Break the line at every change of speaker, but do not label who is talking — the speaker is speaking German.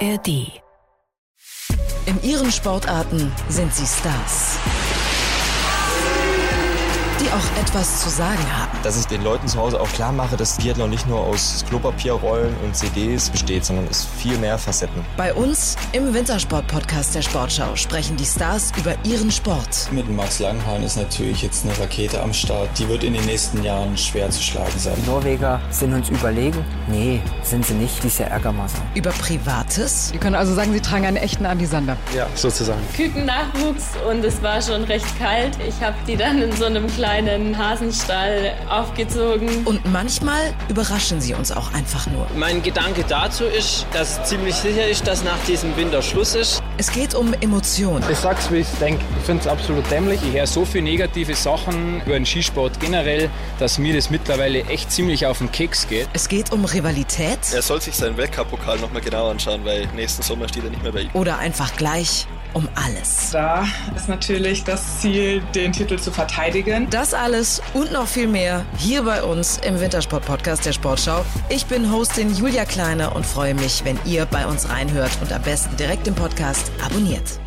ARD. In ihren Sportarten sind sie Stars, die auch etwas zu sagen haben.
dass ich den Leuten zu Hause auch klar mache, dass Biathlon nicht nur aus Klopapierrollen und CDs besteht, sondern es viel mehr Facetten.
Bei uns im Wintersport-Podcast der Sportschau sprechen die Stars über ihren Sport.
Mit Max Langhahn ist natürlich jetzt eine Rakete am Start. Die wird in den nächsten Jahren schwer zu schlagen sein.
Die Norweger sind uns überlegen? Nee, sind sie nicht. Die ist ja Ärgermasse.
Über Privates,
Wir können also sagen, Sie tragen einen echten Andi Sander.
Küken-Nachwuchs und es war schon recht kalt. Ich habe die dann in so einem kleinen Hasenstall aufgezogen.
Und manchmal überraschen sie uns auch einfach nur.
Mein Gedanke dazu ist, dass ziemlich sicher ist, dass nach diesem Winter Schluss ist.
Es geht um Emotionen.
Ich sag's, wie ich denk. Ich find's absolut dämlich.
Ich höre so viele negative Sachen über den Skisport generell, dass mir das mittlerweile echt ziemlich auf den Keks geht.
Es geht um Rivalität
Er soll sich seinen Weltcup-Pokal nochmal genau anschauen, weil nächsten Sommer steht er nicht mehr bei ihm.
oder einfach gleich um alles.
Da ist natürlich das Ziel, den Titel zu verteidigen.
Das alles und noch viel mehr hier bei uns im Wintersport-Podcast der Sportschau. Ich bin Hostin Julia Kleiner und freue mich, wenn ihr bei uns reinhört und am besten direkt im Podcast abonniert.